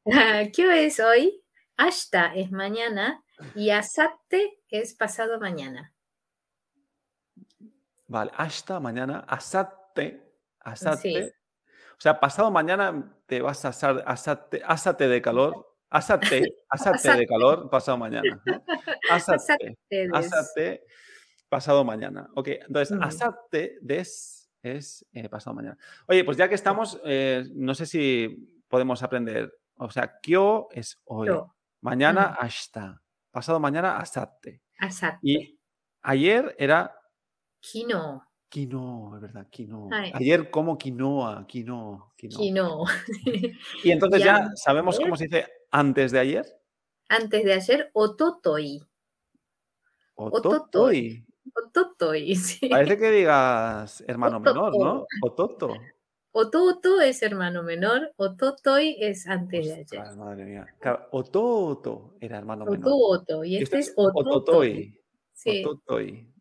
Kyo es hoy, hasta es mañana y asate es pasado mañana. Vale, hasta mañana. Asate. Asate. O sea, pasado mañana te vas a asar, asate, asate de calor. Asate, asate de Asate. calor, pasado mañana. ¿no? Asate, Ustedes. asate, pasado mañana. Ok, entonces, Mm. asate des es eh, pasado mañana. Oye, pues ya que estamos, eh, no sé si podemos aprender. O sea, kyo es hoy. Yo, Mañana, hasta. Pasado mañana, asate. asate. Y ayer era Kino. Quinoa, es verdad, quinoa. Ay. Ayer como quinoa, quinoa, quinoa. Kino. Y entonces Y ya antes sabemos cómo se dice antes de ayer. Antes de ayer, ototoi. Ototoi. Ototoi, sí. Parece que digas hermano menor, ¿no? Ototo. Ototo. Ototo es hermano menor, ototoi es antes de ayer. Ostras, madre mía. Claro, ototo era hermano Pues, ah, menor. Ototo, y este es ototoi. Ototoi. Sí. Ototoi.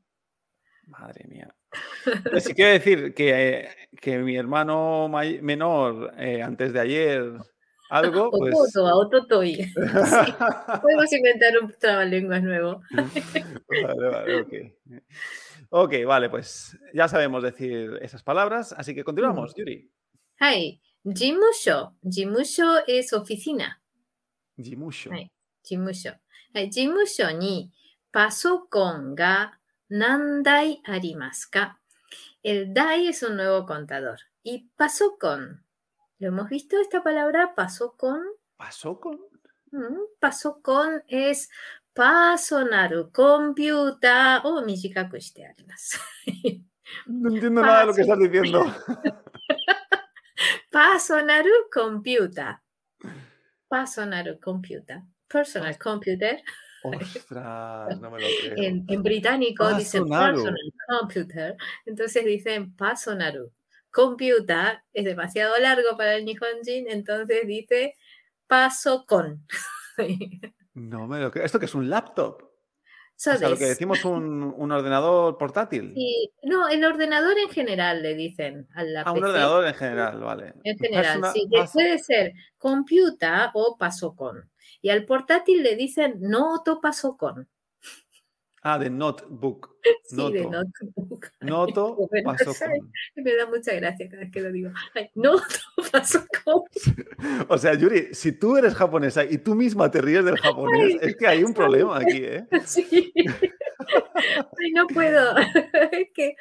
Madre mía. Así quiero decir que, eh, que mi hermano may- menor eh, antes de ayer Algo, O pues. Toto, a Ototoi. Sí, podemos inventar un trabalenguas nuevo. Vale, vale, ok. Ok, vale, pues ya sabemos decir esas palabras, así que continuamos, Yuri. Hi, jimusho. Jimusho es oficina. Jimusho. Ay. Jimusho. Hai, Jimusho ni pasokon ga nandai arimasu ka. El dai es un nuevo contador. Y pasokon. ¿Lo hemos visto esta palabra? Pasokon. ¿Pasó con? Mm, Pasokon es personal computer o 短くしてあります。 No entiendo nada de lo que estás diciendo. personal computer. Personal computer. Personal computer. Ostras, no me lo creo. En, en británico Ah, dicen Personal. personal computer. Entonces dicen personal. Computer es demasiado largo para el Nihonjin, entonces dice paso con. No me lo creo. ¿Esto que es un laptop? So o sea, lo que this. decimos un, un ordenador portátil. Y- no, el ordenador en general le dicen a la Ah, un PC. ordenador en general, vale. En general, Persona- sí, que pas- puede ser computa o pasocon. Y al portátil le dicen noto pasocon. Ah, de notebook. Sí, Noto. de notebook. Noto, Bueno, paso ¿sabes? con. Me da mucha gracia cada vez que lo digo. Ay, noto pasocon. O sea, Yuri, si tú eres japonesa y tú misma te ríes del japonés, es que hay un problema aquí, ¿eh? Sí. Ay, no puedo. Es que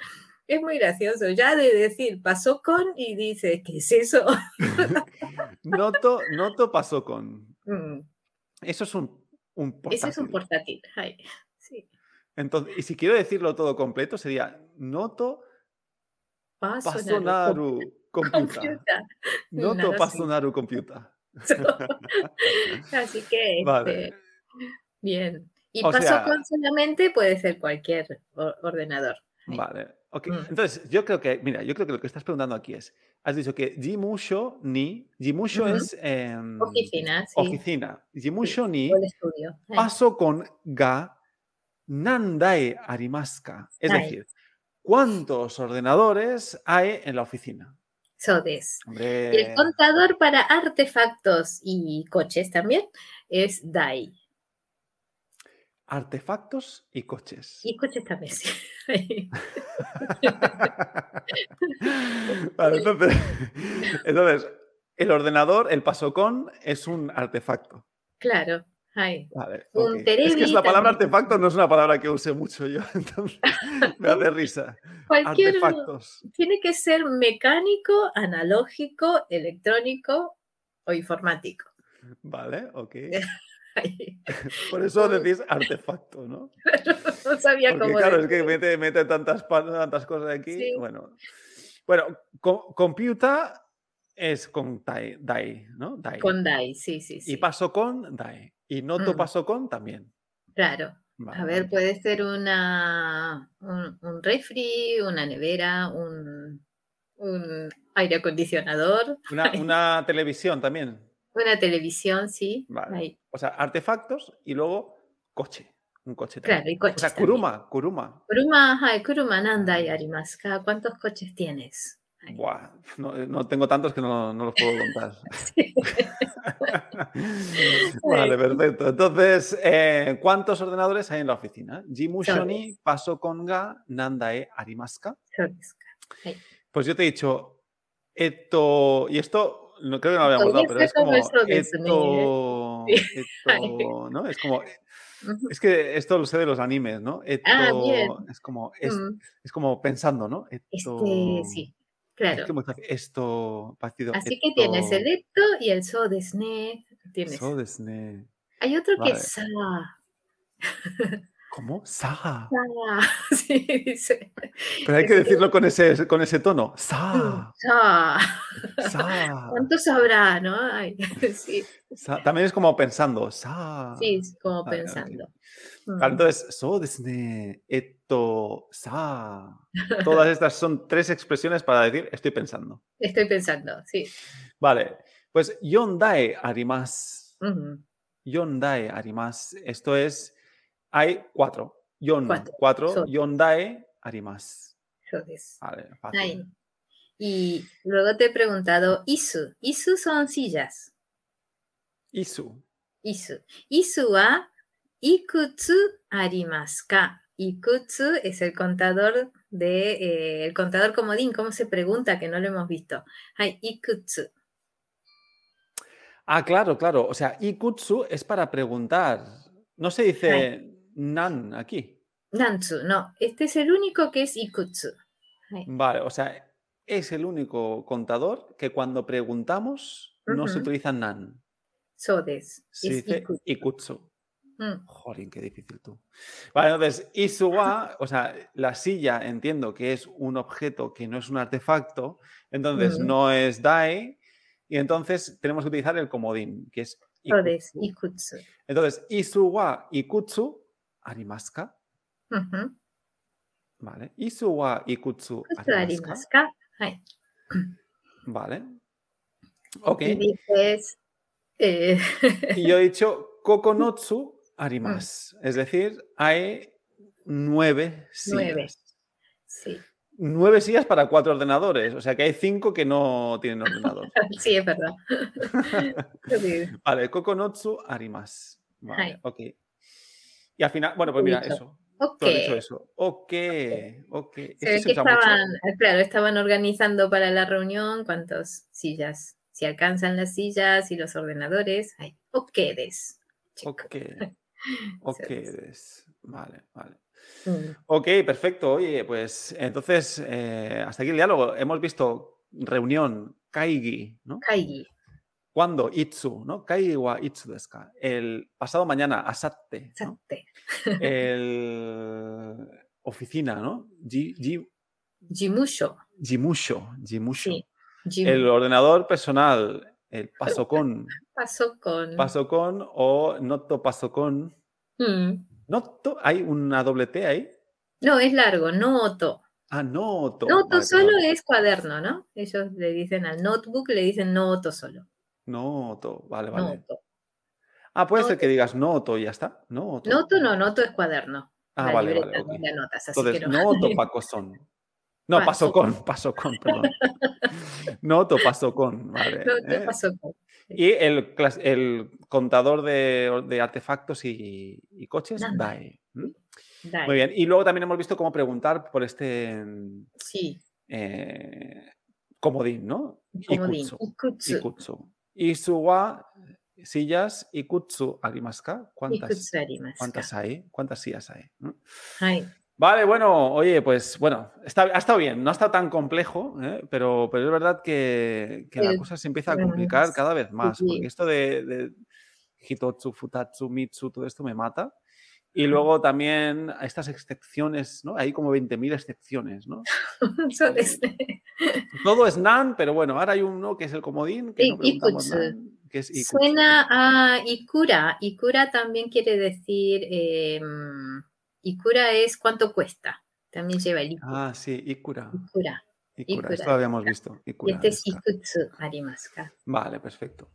es muy gracioso. Ya de decir pasocon y dice, ¿qué es eso? Noto, noto pasó con. Mm, Eso es un, un portátil. Ese es un portátil. Ay, sí. Entonces, y si quiero decirlo todo completo, sería noto Paso pasonaru computa. computa. Noto Nada, sí. pasonaru computa. Así que, Vale. este, bien. Y O paso sea- con solamente puede ser cualquier o- ordenador. Ahí. Vale. ok. Mm. Entonces, yo creo que, mira, yo creo que lo que estás preguntando aquí es, has dicho que jimusho ni, jimusho Ujú. es em, Oficina, sí. oficina, jimusho ni, O el estudio. Ahí. paso con ga, nandai arimasu ka. Es Ahí. decir, ¿cuántos ordenadores hay en la oficina? So this. Y Hombre, el contador para artefactos y coches también es DAI. artefactos y coches. Y coches también, sí. Ahí. Vale, entonces, entonces, el ordenador, el pasocón, es un artefacto. claro. ahí. Vale, Un ok. Es que es la terebi palabra también. artefacto no es una palabra que use mucho yo, entonces me hace risa. Cualquier. Artefactos. Tiene que ser mecánico, analógico, electrónico o informático. Vale, ok. Ahí. Por eso decís artefacto, ¿no? No sabía Porque, cómo. claro, es decir. que mete, mete tantas, pa- tantas cosas aquí. Sí. Bueno, bueno co- computa es con dai, dai, ¿no? Dai. Con DAI, sí, sí, sí. Y paso con dai. Y noto Mm. paso con también. Claro. Vale, A ver, vale. puede ser una, un, un refri, una nevera, un, un aire acondicionador, Una, una televisión también. una televisión, sí. Vale. ahí, O sea, artefactos y luego coche. Un coche también. Claro, y O coches. sea, también. Kuruma, Kuruma. Kuruma, ay, Kuruma Nandai Arimaska. ¿Cuántos coches tienes? Ay, Buah, no, eh, no tengo tantos que no, no los puedo contar. sí. Pues vale, perfecto. Entonces, eh, ¿cuántos ordenadores hay en la oficina? Jimushoni, Paso Konga, Nandae, Arimaska. Pues yo te he dicho, esto, y esto no, creo que no lo había Todavía abordado, pero está es como como eso de ¿eh? esto, esto, ¿no? Es como, Ujú. es que esto lo sé de los animes, ¿no? Esto, Ah, bien. es como, es, Mm, es como pensando, ¿no? Esto, Este, es sí, claro. que muchas veces esto, partido, Así que tienes esto, el Epto y el So de Sne. Tienes. so desu ne. Hay otro que Vale. es Sa. ¿Cómo? Sa. Sa. Sí, dice. Pero hay que Ese- decirlo con ese, con ese tono. Sa, Sa. sa, ¿Cuánto sabrá, no? Ay, sí, sa. También es como pensando. Sa. sí, es como vale, ok. pensando. Claro, Mm, Entonces, so desne, eto, sa. Todas estas son tres expresiones para decir estoy pensando. Estoy pensando, sí. Vale, pues yondae arimas. Ujú, Yondae arimas. Esto es, hay cuatro. Yon, Cuatro, cuatro. so. Yondae arimas. so des. Vale, fácil. Ahí. Y luego te he preguntado, Isu. Isu son sillas. Isu. 椅子。椅子はいくつありますかいくつ es el contador de, eh, el contador comodín, ¿cómo se pregunta? Que no lo hemos visto. Hay ikutsu. Ah, claro, claro. O sea, ikutsu es para preguntar. No se dice nan aquí. Nantsu, no. Este es el único que es ikutsu. Vale, o sea, es el único contador que cuando preguntamos no se Ujú. utiliza nan. So des. Se es dice ikutsu. ikutsu. Mm. Jolín, qué difícil tú. Vale, entonces, Isuwa, o sea, la silla entiendo que es un objeto que no es un artefacto, entonces Mm. no es DAE, y entonces tenemos que utilizar el comodín, que es So des. ikutsu. Ikutsu. Entonces, Isuwa Ikutsu arimasu ka? Ujú. Vale. Isuwa Ikutsu Ikutsu arimasu ka? arimasu ka? Vale. Ok. Y dices, eh, Y yo he dicho Kokonotsu Ah. arimasu. Es decir, hay nueve sillas. Nueve. sí, nueve sillas para cuatro ordenadores. O sea que hay cinco que no tienen ordenador. Ah, sí, es verdad. Sí. Vale, Kokonotsu Arimas. Ay. Vale, ok. Y al final, bueno, pues mira, Listo. eso. Ok. Tú has dicho eso. Ok, ok. Se Esto ve que usa mucho. estaban, eh, claro, estaban organizando para la reunión cuántas sillas, si alcanzan las sillas y los ordenadores. Ay, o quedes. chico. Ok. Ok. es. des. Vale, vale. Mm. Ok, perfecto. Oye, pues entonces, eh, hasta aquí el diálogo. Hemos visto reunión, kaigi, ¿no? Kaigi. ¿Cuándo? Itsu, ¿no? Kaigi wa itsu desu ka. El pasado mañana, asatte. ¿no? Sate. el oficina, ¿no? Ji- ji- Jimusho. Jimusho, Jimusho. Sí. El Jimu- ordenador personal, el pasocón, Pasó con. pasocón o noto pasocón. Mm. Noto, hay una doble T ahí. No, es largo, noto. Ah, noto. Noto Vale, solo perdón. es cuaderno, ¿no? Ellos le dicen al notebook, le dicen noto solo. Noto, vale, vale. Noto. Ah, puede ser que digas noto y ya está. Noto. Noto no, noto es cuaderno. Ah, la vale, libreta vale. ok. donde anotas, así Entonces, que no. noto pacosón. No, pasocón, pasocón, perdón. Noto pasocón, vale. Noto eh. pasó con. Y el, clas- el contador de, de artefactos y, y coches, Nada. DAE. ¿m? Dale. Muy bien. Y luego también hemos visto cómo preguntar por este mm, Sí, eh, comodín, ¿no? comodín. Ikutsu. Ikutsu. Ikutsu. Isuwa, sillas, Ikutsu, Arimaska. ¿Cuántas, Ikutsu arimasu ¿Cuántas ka. hay? ¿Cuántas sillas hay? ¿Mm? Ay, Vale, bueno, oye, pues bueno, está, ha estado bien, no ha estado tan complejo, ¿eh? pero, pero es verdad que, que la Sí, cosa se empieza a cada vez complicar más. cada vez más, Sí. porque esto de, de hitotsu, futatsu, mitsu, todo esto me mata. Y Ajá. luego también a estas excepciones, ¿no? Hay como 20.000 excepciones, ¿no? son es- Todo es nan, pero bueno, ahora hay uno que es el comodín, que Sí, no preguntamos ikutsu. nan, que es ikutsu. Suena a Ikura. Ikura también quiere decir. eh, ikura es cuánto cuesta. También lleva el Ikura. Ah, sí, ikura, Ikura. ikura, Ikura, esto lo habíamos visto, Y ikura. este es está. Ikutsu arimasu ka. Vale, perfecto.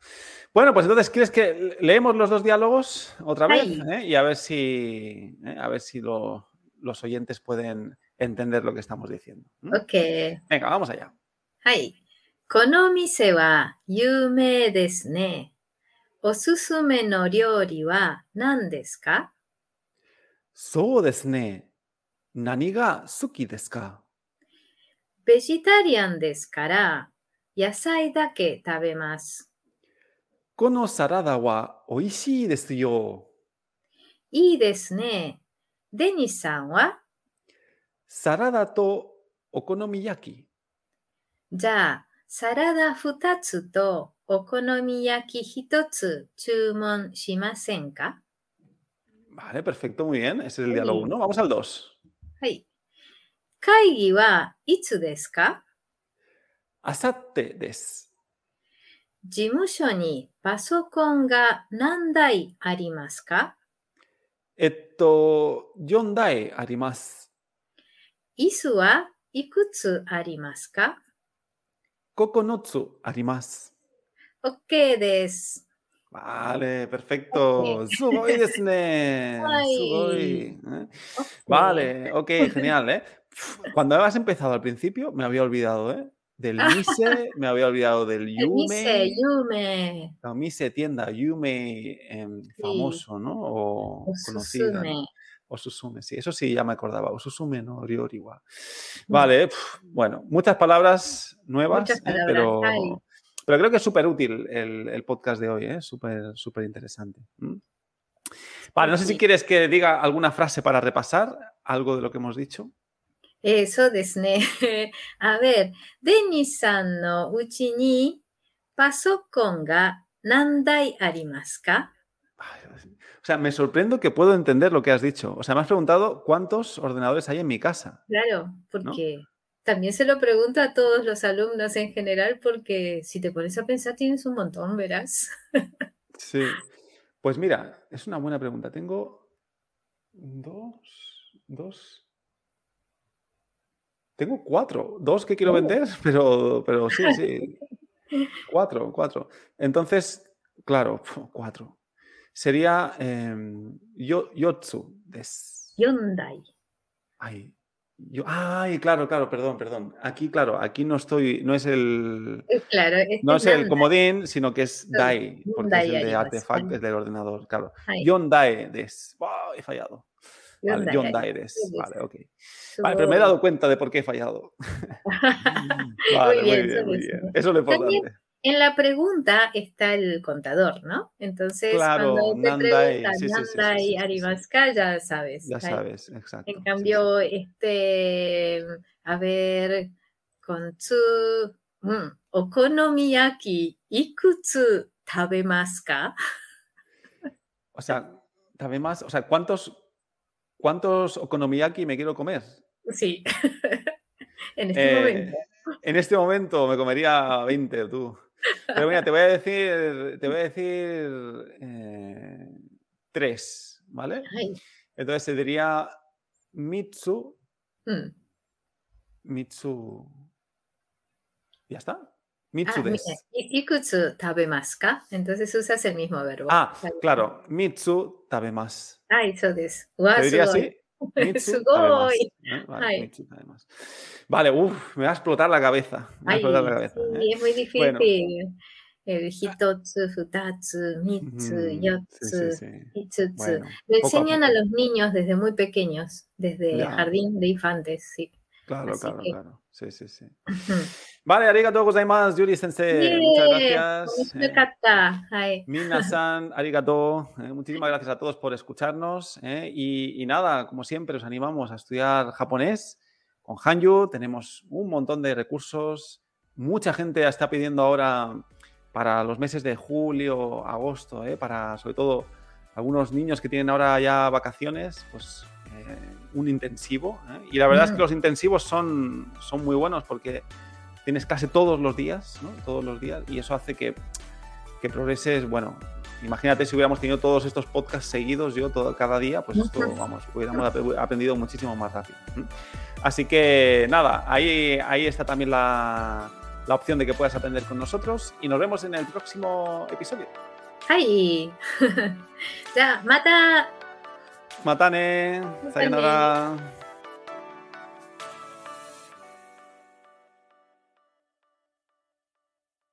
Bueno, pues entonces, ¿quieres que le- leemos los dos diálogos otra vez? Ahí. eh? Y a ver si, eh, a ver si lo- los oyentes pueden entender lo que estamos diciendo. ¿m? Ok. Venga, vamos allá. はい。この店は有名ですね。おすすめの料理は何ですか So desne. Nani ga suki desu ka? ベジタリアンですから、野菜だけ食べます。 Kono sarada wa oishii desu yo. いいですね。デニスさんは Sarada to okonomiyaki. じゃあ、サラダ2つとお好み焼き1つ注文しませんか Vale, perfecto, muy bien. Ese es el Ahí. diálogo 1. Vamos al 2. はい。会議はいつですか Asatte desu. 事務所にパソコンが何台ありますか Esto, yondai arimasu. 椅子はいくつありますか Kokonotsu arimasu. ?OK です。 Vale, perfecto. Sugoi desu ne. Sugoi, Ay. ¿eh? Vale, ok, genial, ¿eh? Pf, Cuando habías empezado al principio, me había olvidado, ¿eh? Del Mise, me había olvidado del Yume. Mise, Yume. La Mise tienda, Yume eh, famoso, ¿no? O, conocida. ¿no? Susume. Osusume, sí, eso sí ya me acordaba. Osusume, no, Ryoriwa. Vale, pf, bueno, muchas palabras nuevas, Muchas eh, palabras, pero, ay. pero creo que es súper útil el, el podcast de hoy, ¿eh? súper súper interesante. ¿Mm? Vale, no sé si Sí. quieres que diga alguna frase para repasar algo de lo que hemos dicho. えーそうですね。 あべ、デニスさんのうちにパソコンが何台ありますか Ay, O sea, me sorprendo que puedo entender lo que has dicho. O sea, me has preguntado cuántos ordenadores hay en mi casa. Claro, porque también se lo pregunto a todos los alumnos en general, porque si te pones a pensar tienes un montón, verás. Sí. Pues mira, es una buena pregunta. Tengo dos, dos. Tengo cuatro, dos que quiero Oh. vender, pero, pero sí, sí. Cuatro, cuatro. Entonces, claro, fu- cuatro. Sería em, yo, Yotsu. des. 4台。 Ay, yo, ay, claro, claro, perdón, perdón. Aquí, claro, aquí no estoy, no es el, Eh, Claro, este no es el Nandai. comodín, sino que es Claro, DAI, un porque es DAI el de ahí, artefactos básicamente. del ordenador, claro. Ay, John DAE des. Wow, he fallado. Vale, Hyundai, John ahí. DAE des. Muy Vale, ok. Su- Vale, pero me he dado cuenta de por qué he fallado. Mm, Vale, muy bien, bien, eso muy es. bien. Eso es lo También- importante. En la pregunta está el contador, ¿no? Entonces, Claro, cuando te Nandai, preguntan sí, sí, sí, sí, Nandai sí, sí, sí. Arimaska, ya sabes. Ya ahí. sabes, exacto. sí, En sí. cambio, este, a ver, con tsu, mm, okonomiyaki, ikutsu tabemasu ka? O sea, también más, o sea, ¿cuántos, cuántos okonomiyaki me quiero comer? Sí. en este Eh, momento. En este momento me comería 20 tú. Pero mira, te voy a decir, te voy a decir eh, tres, ¿vale? Ay, Entonces se diría Mitsu, mm. Mitsu. ¿Ya está? Ah, Mitsu mira, des. i- ikutsu tabemasu ka? Entonces usas el mismo verbo. Ah, claro, Mitsu tabemas. Ah, eso es. ¿Te diría así? Mitsu tabemas. Sugoi. ¿no? Vale, Ay. Mitsu tabemas. Vale, uff, me va a explotar la cabeza. Me va a explotar la cabeza. ¿eh? sí, es muy Bueno. difícil. El hitotsu, futatsu, mitsu, Ujú, yotsu, Sí, sí, sí. itsutsu. Bueno, Lo poco a enseñan a, poco. los niños desde muy pequeños, desde Ya. jardín de infantes, sí. Claro, Así claro, que- claro. Sí, sí, sí. Vale, arigatou gozaimasu, Yuri sensei. Muchas gracias. eh. Kata. Ay. Minasan, arigato. eh, muchísimas gracias a todos por escucharnos. eh, y, y nada, como siempre, os animamos a estudiar japonés con Hanyu. Tenemos un montón de recursos. Mucha gente está pidiendo ahora para los meses de julio, agosto, eh, para sobre todo algunos niños que tienen ahora ya vacaciones, pues eh, un intensivo. eh. Y la verdad es que Mm. los intensivos son, son muy buenos porque tienes clase todos los días, ¿no? Todos los días. Y eso hace que que progreses, bueno, imagínate si hubiéramos tenido todos estos podcasts seguidos yo todo, cada día, pues esto, Ujú. vamos, hubiéramos ap- aprendido muchísimo más rápido. ¿m? Así que nada, ahí, ahí está también la, la opción de que puedas aprender con nosotros y nos vemos en el próximo episodio. Ay. Ya, mata. Matane, sayonara.